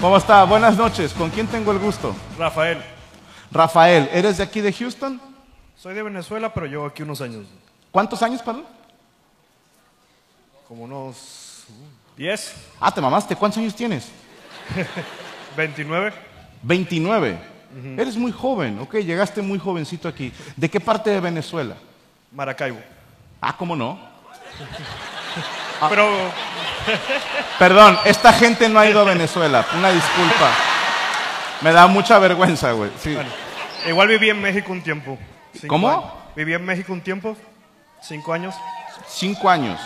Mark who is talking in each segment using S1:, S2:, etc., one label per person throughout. S1: ¿Cómo está? Buenas noches. ¿Con quién tengo el gusto?
S2: Rafael,
S1: Rafael, ¿eres de aquí de Houston?
S2: soy de Venezuela, pero llevo aquí unos años,
S1: ¿Cuántos años, perdón?
S2: como unos 10,
S1: Ah, te mamaste. ¿Cuántos años tienes?
S2: 29,
S1: 29. Eres muy joven, ¿ok? Llegaste muy jovencito aquí. ¿De qué parte de Venezuela?
S2: Maracaibo.
S1: Ah, ¿cómo no? Ah.
S2: Pero
S1: Perdón, esta gente no ha ido a Venezuela. Una disculpa. Me da mucha vergüenza, güey. Sí.
S2: igual viví en México un tiempo. Cinco
S1: ¿Cómo?
S2: años. Viví en México un tiempo, cinco años,
S1: Cinco años.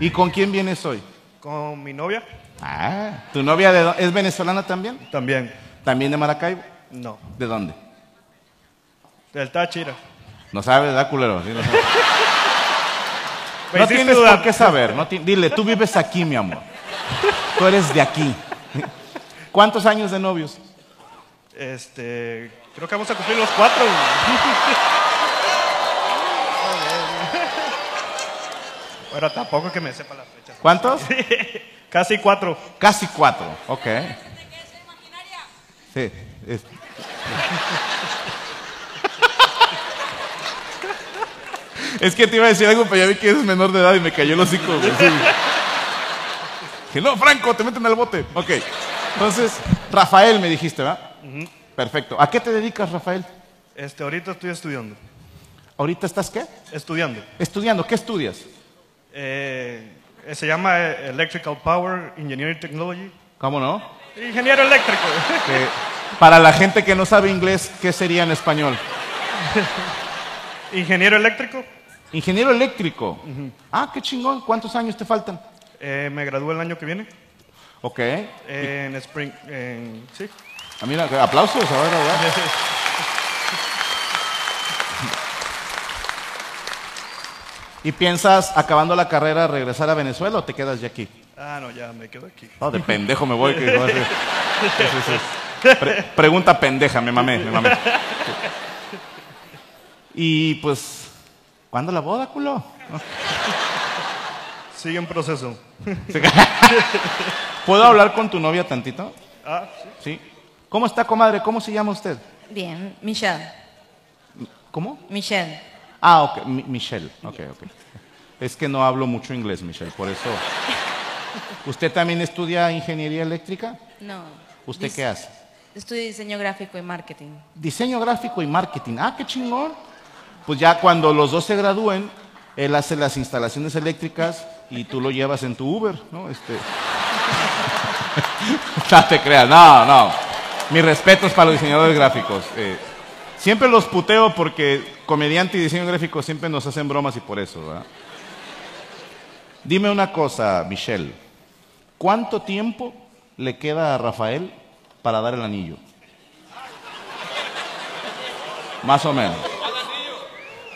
S1: ¿Y con quién vienes hoy?
S2: con mi novia.
S1: Ah, ¿tu novia de dó- es venezolana también?
S2: También.
S1: ¿También de Maracaibo?
S2: No,
S1: ¿De dónde?
S2: del Táchira.
S1: No sabes, ¿verdad, culero? Sí, no sabes.
S2: Me
S1: No
S2: hiciste
S1: tienes
S2: dudar.
S1: por qué saber. no ti- Dile, tú vives aquí, mi amor. Tú eres de aquí. ¿Cuántos años de novios?
S2: Este, creo que vamos a cumplir los cuatro. Bueno, tampoco que me sepa las fechas.
S1: ¿Cuántos?
S2: Casi cuatro.
S1: Casi cuatro. Ok. Sí. es- Es que te iba a decir algo, pero ya vi que eres menor de edad y me cayó el hocico. güey. Sí. Que no, Franco, te meten al bote. Ok. Entonces, Rafael me dijiste, ¿verdad? Perfecto. ¿A qué te dedicas, Rafael?
S2: Este, ahorita estoy estudiando.
S1: ¿Ahorita estás qué?
S2: Estudiando.
S1: Estudiando. ¿Qué estudias?
S2: Eh, eh, se llama eh, Electrical Power Engineering Technology.
S1: ¿Cómo no?
S2: Ingeniero eléctrico.
S1: Que para la gente que no sabe inglés, ¿qué sería en español?
S2: Ingeniero eléctrico.
S1: Ingeniero eléctrico. Ah, qué chingón. ¿Cuántos años te faltan?
S2: Eh, me gradúo el año que viene.
S1: Ok.
S2: En Spring. En, sí.
S1: Ah, mira, aplausos. A ver, a ver. ¿Y piensas, acabando la carrera, regresar a Venezuela o te quedas ya aquí?
S2: Ah, no, ya me quedo aquí.
S1: No, de pendejo me voy. que- Sí, sí, sí. Pre- pregunta pendeja, me mamé, me mamé. Y pues, ¿cuándo la boda, culo?
S2: Sigue en proceso.
S1: ¿Puedo hablar con tu novia tantito?
S2: Ah, sí.
S1: Sí. ¿Cómo está, comadre? ¿Cómo se llama usted?
S3: Bien, Michelle.
S1: ¿Cómo?
S3: Michelle.
S1: Ah, ok, Mi- Michelle. Ok, ok. Es que no hablo mucho inglés, Michelle, por eso. ¿Usted también estudia ingeniería eléctrica?
S3: No.
S1: ¿Usted
S3: Dis-
S1: qué hace?
S3: Estudio diseño gráfico y marketing.
S1: Diseño gráfico y marketing. Ah, qué chingón. Pues ya cuando los dos se gradúen, él hace las instalaciones eléctricas y tú lo llevas en tu Uber, ¿no? Este... no te creas, no, no. Mis respetos para los diseñadores gráficos. eh, siempre los puteo porque comediante y diseño gráfico siempre nos hacen bromas y por eso, ¿verdad? Dime una cosa, Michelle. ¿Cuánto tiempo le queda a Rafael para dar el anillo? Más o menos.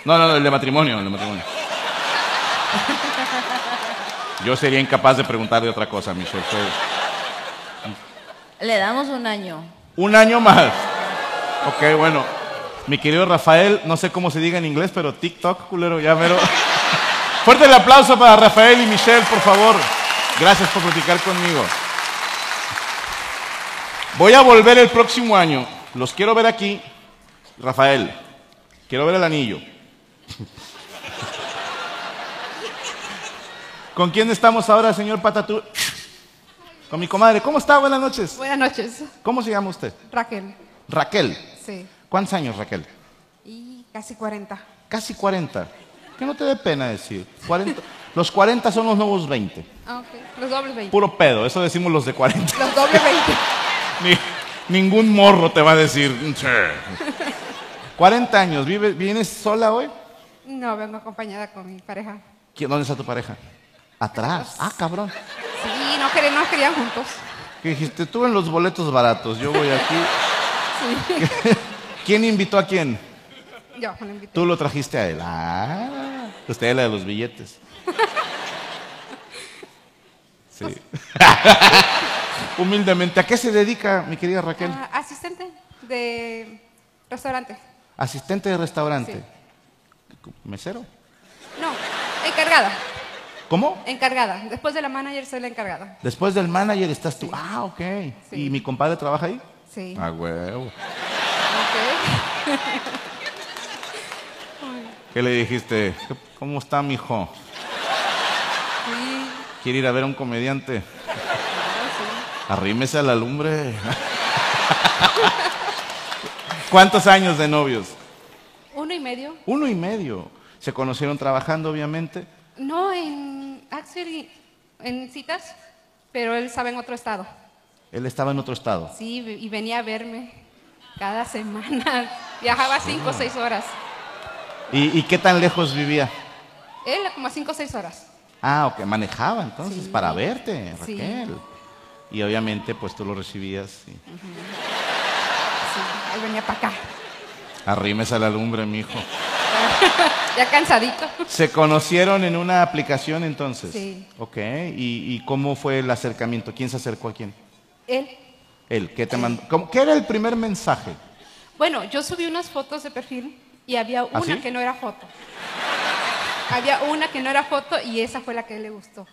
S1: No, no, no, el de matrimonio, el de matrimonio. Yo sería incapaz de preguntarle otra cosa, Michelle. fue-
S3: Le damos un año.
S1: Un año más. Ok, bueno. Mi querido Rafael, no sé cómo se diga en inglés, pero TikTok, culero, ya mero. Fuerte el aplauso para Rafael y Michelle, por favor. Gracias por platicar conmigo. Voy a volver el próximo año. Los quiero ver aquí. Rafael, quiero ver el anillo. ¿Con quién estamos ahora, señor Patatú? Con mi comadre. ¿Cómo está? Buenas noches.
S4: Buenas noches,
S1: ¿Cómo se llama usted?
S4: Raquel.
S1: Raquel.
S4: Sí.
S1: ¿Cuántos años, Raquel?
S4: Y casi 40.
S1: Casi 40. Que no te dé pena decir. 40. Los 40 son los nuevos 20.
S4: Ah, ok. Los dobles 20.
S1: Puro pedo, eso decimos los de 40.
S4: Los dobles 20.
S1: Ni- ningún morro te va a decir. "Mm, sí". 40 años, ¿vive- ¿vienes sola hoy?
S4: No, vengo acompañada con mi pareja.
S1: ¿Qui- ¿Dónde está tu pareja? Atrás. Ah, cabrón.
S4: Sí, no querían, nos querían juntos.
S1: Que dijiste tú en los boletos baratos, yo voy aquí.
S4: Sí.
S1: ¿Quién invitó a quién?
S4: Yo me lo invité.
S1: Tú lo trajiste a él. Ah, usted es la de los billetes. Sí. Humildemente, ¿a qué se dedica mi querida Raquel?
S4: Ah, asistente de restaurante.
S1: Asistente de restaurante. ¿Mesero?
S4: No, encargada.
S1: ¿Cómo?
S4: Encargada. Después de la manager soy la encargada.
S1: Después del manager estás tú. Ah, ok.
S4: Sí.
S1: ¿Y mi compadre trabaja ahí?
S4: Sí.
S1: Ah, huevo.
S4: Ok.
S1: ¿Qué le dijiste? ¿Qué- ¿Cómo está, mijo?
S4: Sí.
S1: ¿Quiere ir a ver a un comediante?
S4: Ah,
S1: Arrímese a la lumbre. ¿Cuántos años de novios?
S4: Uno y medio.
S1: Uno y medio. Se conocieron trabajando, obviamente.
S4: No, en actually, en citas, pero él sabe en otro estado.
S1: Él estaba en otro estado.
S4: Sí, ve- y venía a verme cada semana. Viajaba cinco o seis horas.
S1: ¿Y, y qué tan lejos vivía?
S4: Él como cinco o seis horas.
S1: Ah, ok, manejaba entonces
S4: Sí.
S1: para verte,
S4: Sí.
S1: Raquel. Y obviamente, pues tú lo recibías. y,
S4: Sí, él venía para acá.
S1: Arrímese a la lumbre, mijo.
S4: Ya cansadito.
S1: ¿Se conocieron en una aplicación entonces?
S4: Sí.
S1: Ok, ¿Y, y cómo fue el acercamiento? ¿Quién se acercó a quién?
S4: Él.
S1: Él, ¿qué te mandó? ¿Cómo- ¿Qué era el primer mensaje?
S4: Bueno, yo subí unas fotos de perfil y había una
S1: ¿Ah, sí?
S4: que no era foto. Había una que no era foto y esa fue la que le gustó.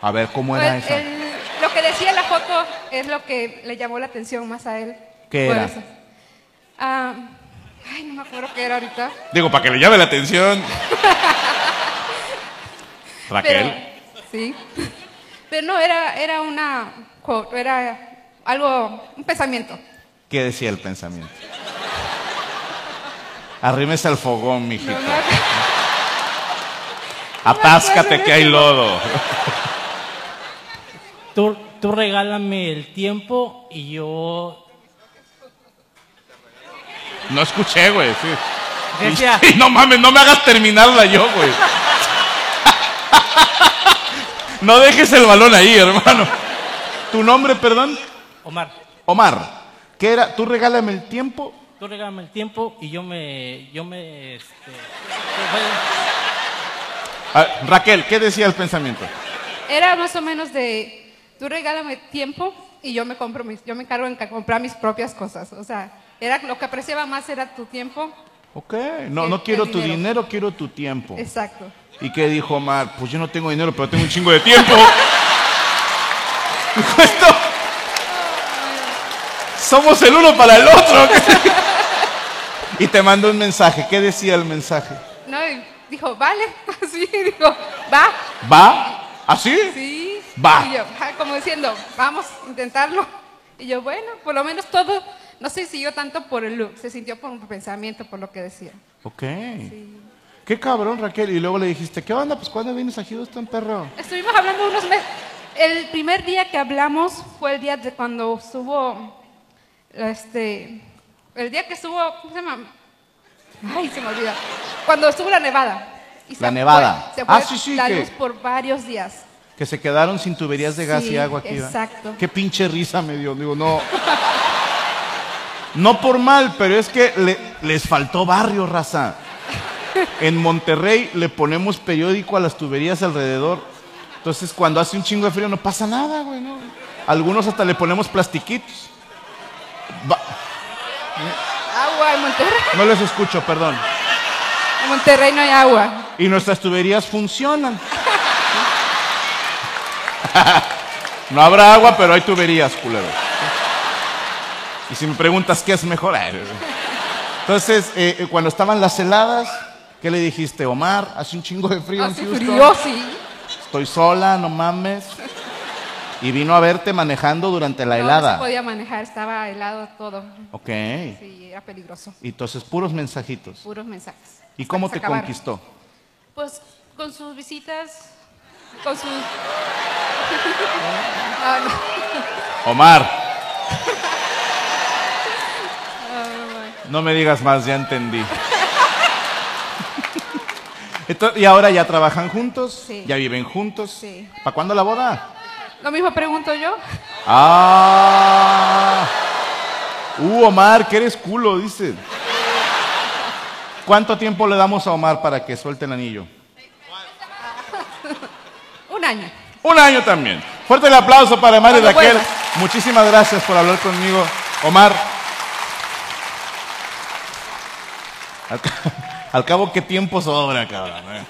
S1: A ver, ¿cómo era
S4: Pues,
S1: esa?
S4: el- lo que decía la foto es lo que le llamó la atención más a él.
S1: ¿Qué
S4: Por
S1: era?
S4: eso. Ah, ay, no me acuerdo qué era ahorita.
S1: Digo, para que le llame la atención.
S4: Pero, sí. Pero no, era, era una quote, era algo, un pensamiento.
S1: ¿Qué decía el pensamiento? Arrímese al fogón, mijito.
S4: No, no,
S1: Atáscate que hay lodo.
S5: Tú, tú regálame el tiempo y yo...
S1: No escuché, güey. sí.
S5: Decía,
S1: Y no mames, no me hagas terminarla yo, güey. No dejes el balón ahí, hermano. ¿Tu nombre, perdón?
S5: Omar,
S1: Omar. ¿Qué era? Tú regálame el tiempo.
S5: tú regálame el tiempo y yo me... Yo me este, yo
S1: Ah, Raquel, ¿qué decía el pensamiento?
S4: era más o menos de, tú regálame tiempo y yo me compro mis, yo me encargo en ca- comprar mis propias cosas. O sea, era lo que apreciaba más era tu tiempo.
S1: Ok, no,
S4: El-
S1: no quiero
S4: el
S1: tu
S4: dinero.
S1: dinero, quiero tu tiempo.
S4: Exacto.
S1: ¿Y qué dijo Omar? Pues yo no tengo dinero, pero tengo un chingo de tiempo. Dijo, Esto. Somos el uno para el otro. y te mandó un mensaje. ¿Qué decía el mensaje?
S4: No, y dijo, vale, así, dijo, va,
S1: ¿Va? ¿Ah, ¿Así?
S4: sí.
S1: Va.
S4: Y yo, ah, como diciendo, vamos a intentarlo. Y yo, bueno, por lo menos todo, no se siguió tanto por el look, se sintió por un pensamiento, por lo que decía.
S1: Ok. Qué cabrón, Raquel. Y luego le dijiste, ¿qué onda? Pues cuando vienes a Houston, perro.
S4: Estuvimos hablando unos meses. El primer día que hablamos fue el día de cuando subo, este, el día que subo, ¿cómo se llama? Ay, se me olvida. Cuando subo la nevada. Y se
S1: La nevada.
S4: fue- se
S1: Ah,
S4: fue
S1: sí, sí,
S4: La
S1: que-
S4: luz por varios días.
S1: Que se quedaron sin tuberías de gas
S4: Sí,
S1: y agua aquí. ¿verdad?
S4: exacto.
S1: Qué pinche risa me dio. Digo, no. No por mal, pero es que le- les faltó barrio, raza. En Monterrey le ponemos periódico a las tuberías alrededor. Entonces, cuando hace un chingo de frío, no pasa nada, güey. ¿no? Algunos hasta le ponemos plastiquitos. Va-
S4: Agua en Monterrey.
S1: no les escucho, perdón.
S4: En Monterrey no hay agua.
S1: Y nuestras tuberías funcionan. no habrá agua, pero hay tuberías, culero. Y si me preguntas qué es mejor. ay, Entonces, eh, eh, cuando estaban las heladas, ¿qué le dijiste? Omar, hace un chingo de frío en
S4: Hace
S1: Houston.
S4: frío, sí.
S1: Estoy sola, no mames. Y vino a verte manejando durante la
S4: No, No,
S1: helada.
S4: se podía manejar, estaba helado todo.
S1: ok.
S4: Sí, era peligroso.
S1: Y entonces, puros mensajitos.
S4: Puros mensajes.
S1: ¿Y
S4: Hasta
S1: cómo
S4: que
S1: te
S4: se acabaron.
S1: conquistó?
S4: Pues con sus visitas, con sus... No, Ah, no.
S1: Omar. No me digas más, ya entendí. Ento- y ahora ya trabajan juntos,
S4: Sí.
S1: ya viven juntos.
S4: Sí.
S1: ¿Para cuándo la boda?
S4: Lo mismo pregunto yo.
S1: Ah. Uh, Omar, que eres culo, dice. ¿Cuánto tiempo le damos a Omar para que suelte el anillo?
S4: Un año.
S1: Un año también. Fuerte el aplauso para Omar y
S4: Cuando
S1: Raquel.
S4: vuelvas.
S1: Muchísimas gracias por hablar conmigo, Omar. Al, ca- al cabo, ¿qué tiempo sobra, cabrón? eh?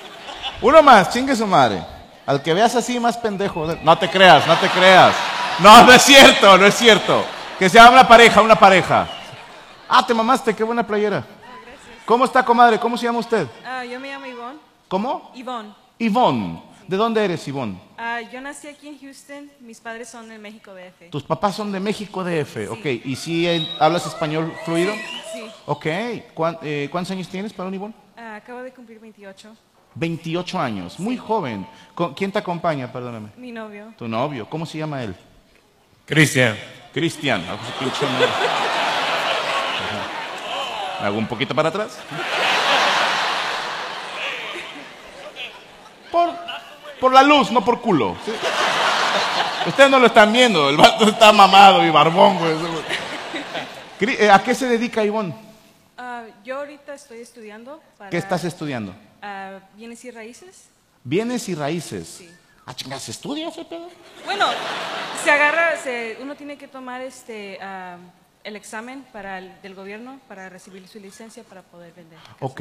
S1: Uno más, chingue su madre. Al que veas así, más pendejo. No te creas, no te creas. No, no es cierto, no es cierto. Que sea una pareja, una pareja. Ah, te mamaste, qué buena playera. ¿Cómo está, comadre? ¿Cómo se llama usted?
S6: Ah, yo me llamo Ivonne.
S1: ¿Cómo?
S6: Ivonne,
S1: Ivonne. ¿De dónde eres, Ivonne?
S6: ah, yo nací aquí en Houston, mis padres son de México DF.
S1: Tus papás son de México DF, ok. ¿Y si eh, hablas español fluido?
S6: Sí,
S1: Ok. ¿Cuán- eh, ¿Cuántos años tienes, perdón, Ivonne?
S6: ah, acabo de cumplir 28.
S1: 28 años, muy joven. Co- ¿Quién te acompaña, perdóname?
S6: Mi novio,
S1: Tu novio, ¿cómo se llama él?
S2: Cristian.
S1: Cristian. Hago su pinche madre. Ajá. Hago un poquito para atrás. Por, por la luz, no por culo. ¿sí? Ustedes no lo están viendo, el vato está mamado y barbón, güey. Ese güey. Cri- eh, ¿A qué se dedica Ivonne?
S6: Ah, yo ahorita estoy estudiando para...
S1: ¿Qué estás estudiando?
S6: ah, Bienes y raíces.
S1: Bienes y raíces.
S6: Sí.
S1: Ah, chingas, ¿estudias ese pedo?
S6: Bueno, se agarra, se- uno tiene que tomar este, ah, el examen para el- del gobierno para recibir su licencia para poder vender.
S1: Ok.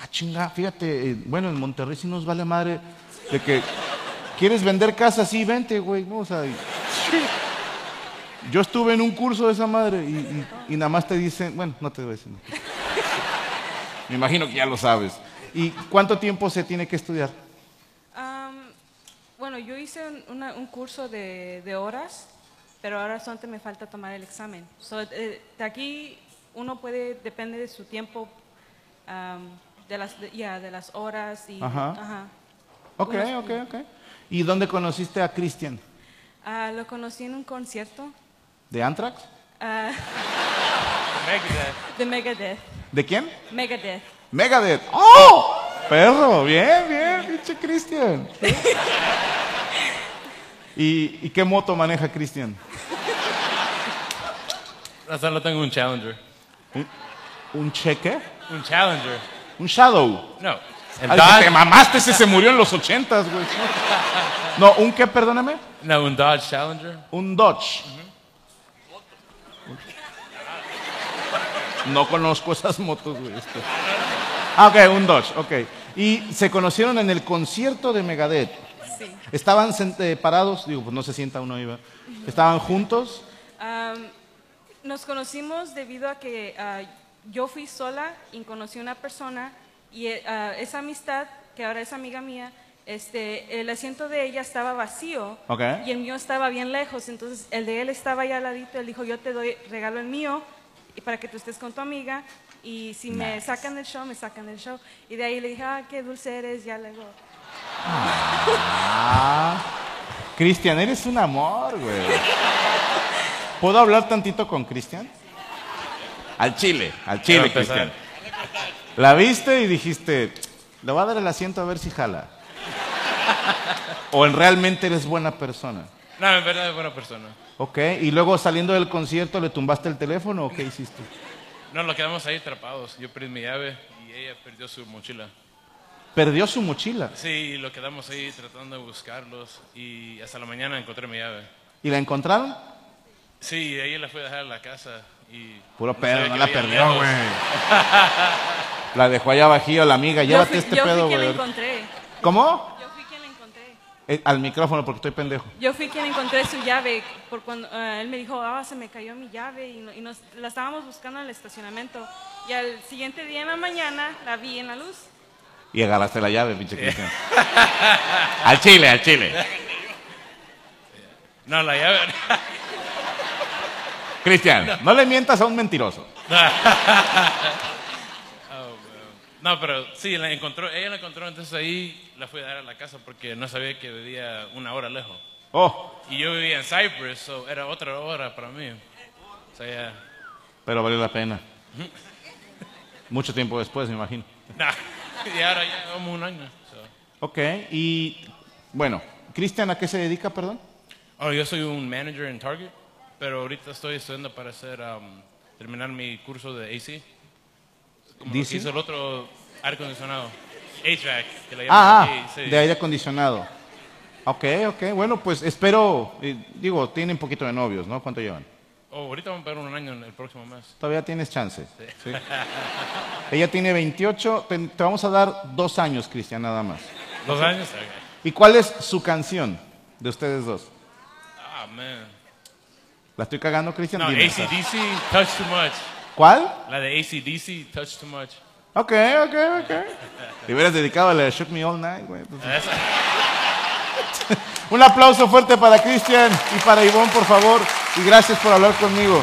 S1: Ah, chinga, fíjate, eh, bueno, en Monterrey sí nos vale madre de que quieres vender casa, sí, vente, güey. no, o sea, y- Yo estuve en un curso de esa madre y, y- y nada más te dicen, bueno, no te voy a decir. no. Me imagino que ya lo sabes. ¿Y cuánto tiempo se tiene que estudiar?
S6: Am, bueno, yo hice un, una- un curso de, de horas, pero ahora solamente me falta tomar el examen. So, eh, de aquí uno puede, depende de su tiempo, am, de, las, de, ya, de las horas y...
S1: Ajá. Ok,
S6: Unos-
S1: ok, ok. ¿Y dónde conociste a Cristian?
S6: Ah, lo conocí en un concierto
S1: ¿De Anthrax?
S6: ah, de Megadeth.
S1: ¿De quién?
S6: Megadeth.
S1: Megadeth. ¡Oh! Perro, bien, bien, pinche Cristian. ¿Y, y qué moto maneja Cristian?
S5: Solo tengo un Challenger.
S1: ¿Un cheque?
S5: Un Challenger.
S1: ¿Un Shadow?
S5: No. El
S1: Al que te mamaste, ese se murió en los ochentas, güey. No, ¿un qué, perdóname?
S5: No, un Dodge Challenger.
S1: Un Dodge. No conozco esas motos, güey. esto. Ah, ok, un Dodge, ok. Y se conocieron en el concierto de Megadeth.
S6: Sí.
S1: Estaban sen- eh, parados, digo, pues no se sienta uno iba. Estaban juntos.
S6: Am, nos conocimos debido a que ah, yo fui sola y conocí una persona y eh, ah, esa amistad, que ahora es amiga mía, este, el asiento de ella estaba vacío
S1: Ok.
S6: y el mío estaba bien lejos, entonces el de él estaba allá al ladito, él dijo yo te doy regalo el mío y para que tú estés con tu amiga y si me sacan del show, me sacan del show. Y de ahí le dije, ah, qué dulce eres, ya luego.
S1: Ah, Cristian, eres un amor, güey. ¿Puedo hablar tantito con Cristian? Al chile, al
S5: Quiero
S1: chile,
S5: empezar.
S1: Cristian. La viste y dijiste, le voy a dar el asiento a ver si jala. O en realmente eres buena persona.
S5: No, en verdad es buena persona.
S1: Ok, y luego saliendo del concierto le tumbaste el teléfono o qué hiciste?
S5: No, nos quedamos ahí atrapados. Yo perdí mi llave y ella perdió su mochila.
S1: Perdió su mochila
S5: Sí, y lo quedamos ahí tratando de buscarlos y hasta la mañana encontré mi llave.
S1: y la encontraron.
S5: Sí, y ella la fue a dejar a la casa y...
S1: Puro
S5: no
S1: pedo,
S5: sabía
S1: no
S5: que
S1: la
S5: había
S1: perdió,
S5: miedos.
S1: güey. La dejó allá bajillo la amiga, llévate
S6: yo fui,
S1: este
S6: yo fui
S1: pedo,
S6: quien la
S1: güey.
S6: encontré.
S1: ¿Cómo?
S6: Yo fui quien la encontré.
S1: Eh, al micrófono porque estoy pendejo.
S6: Yo fui quien encontré su llave, por cuando ah, él me dijo, ah, se me cayó mi llave y, no- y nos, la estábamos buscando en el estacionamiento. Y al siguiente día en la mañana la vi en la luz.
S1: Y agarraste la llave, pinche Cristian. al chile, al chile.
S5: No, la llave...
S1: Cristian, no. le mientas a un mentiroso.
S5: No, pero sí, la encontró, ella la encontró, entonces ahí la fui a dejar a la casa porque no sabía que vivía una hora lejos.
S1: Oh,
S5: Y yo vivía en Cyprus, so era otra hora para mí. O sea, ya-
S1: pero valió la pena. Mucho tiempo después, me imagino.
S5: nah. y ahora ya llevamos un año. so.
S1: Ok, y bueno, Cristian, ¿a qué se dedica, perdón?
S5: Oh, yo soy un manager en Target, pero ahorita estoy estudiando para hacer, um, terminar mi curso de AC. Como lo que
S1: DC?
S5: hizo el otro aire acondicionado. HVAC, que le llaman
S1: Ah, ah,
S5: aquí, Eh, sí.
S1: de aire acondicionado. Ok, ok, bueno, pues espero, eh, digo, tienen poquito de novios, ¿no? ¿Cuánto llevan?
S5: Oh, ahorita vamos a pegar un año en el próximo mes.
S1: Todavía tienes chance. ¿sí? Ella tiene 28. Te, te vamos a dar dos años, Cristian, nada más.
S5: ¿Dos años? Ok.
S1: ¿Y cuál es su canción de ustedes dos?
S5: Ah, man.
S1: ¿La estoy cagando, Cristian?
S5: No,
S1: Dime.
S5: ACDC, Touch Too Much.
S1: ¿Cuál?
S5: La de ACDC, Touch Too Much.
S1: Ok, ok, ok. Te hubieras dedicado a la de Shook Me All Night, güey. Entonces-
S5: Esa-
S1: Un aplauso fuerte para Cristian y para Ivonne, por favor. Y gracias por hablar conmigo.